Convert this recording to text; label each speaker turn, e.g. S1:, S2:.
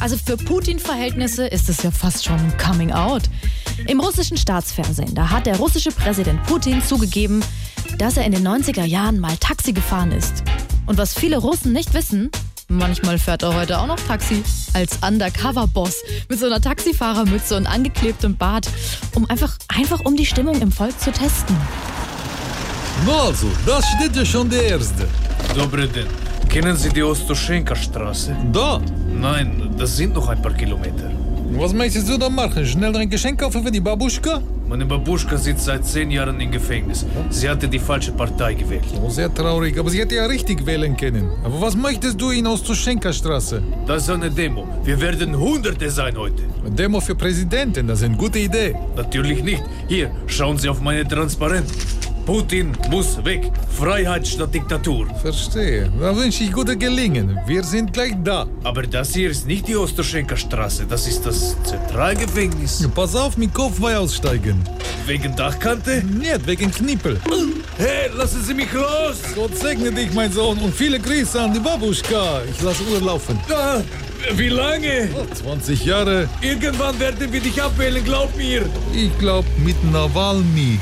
S1: Also für Putin-Verhältnisse ist es ja fast schon ein Coming Out. Im russischen Staatsfernsehen, da hat der russische Präsident Putin zugegeben, dass er in den 90er Jahren mal Taxi gefahren ist. Und was viele Russen nicht wissen, manchmal fährt er heute auch noch Taxi. Als Undercover-Boss mit so einer Taxifahrermütze und angeklebtem Bart, um einfach, einfach um die Stimmung im Volk zu testen.
S2: Na also, das steht ja schon der Erste.
S3: Добрый день. Kennen Sie die Ostoschenka-Straße?
S2: Da,
S3: Nein, das sind noch ein paar Kilometer.
S2: was möchtest du da machen? Schnell ein Geschenk kaufen für die Babuschka?
S3: Meine Babuschka sitzt seit zehn Jahren im Gefängnis. Sie hatte die falsche Partei gewählt.
S2: Oh, sehr traurig, aber sie hätte ja richtig wählen können. Aber was möchtest du in Ostoschenka-Straße?
S3: Das ist eine Demo. Wir werden Hunderte sein heute.
S2: Demo für Präsidenten, das ist eine gute Idee.
S3: Natürlich nicht. Hier, schauen Sie auf meine Transparent. Putin muss weg. Freiheit statt Diktatur.
S2: Verstehe. Da wünsche ich gute Gelingen. Wir sind gleich da.
S3: Aber das hier ist nicht die Ostoschenka-Straße. Das ist das Zentralgefängnis.
S2: Pass auf, mit Kopfwei aussteigen.
S3: Wegen Dachkante?
S2: Nicht wegen Knippel.
S3: Hey, lassen Sie mich los!
S2: Gott segne dich, mein Sohn, und viele Grüße an die Babuschka. Ich lasse Uhr laufen.
S3: Ah, wie lange?
S2: 20 Jahre.
S3: Irgendwann werden wir dich abwählen, glaub mir.
S2: Ich glaube, mit Nawalny.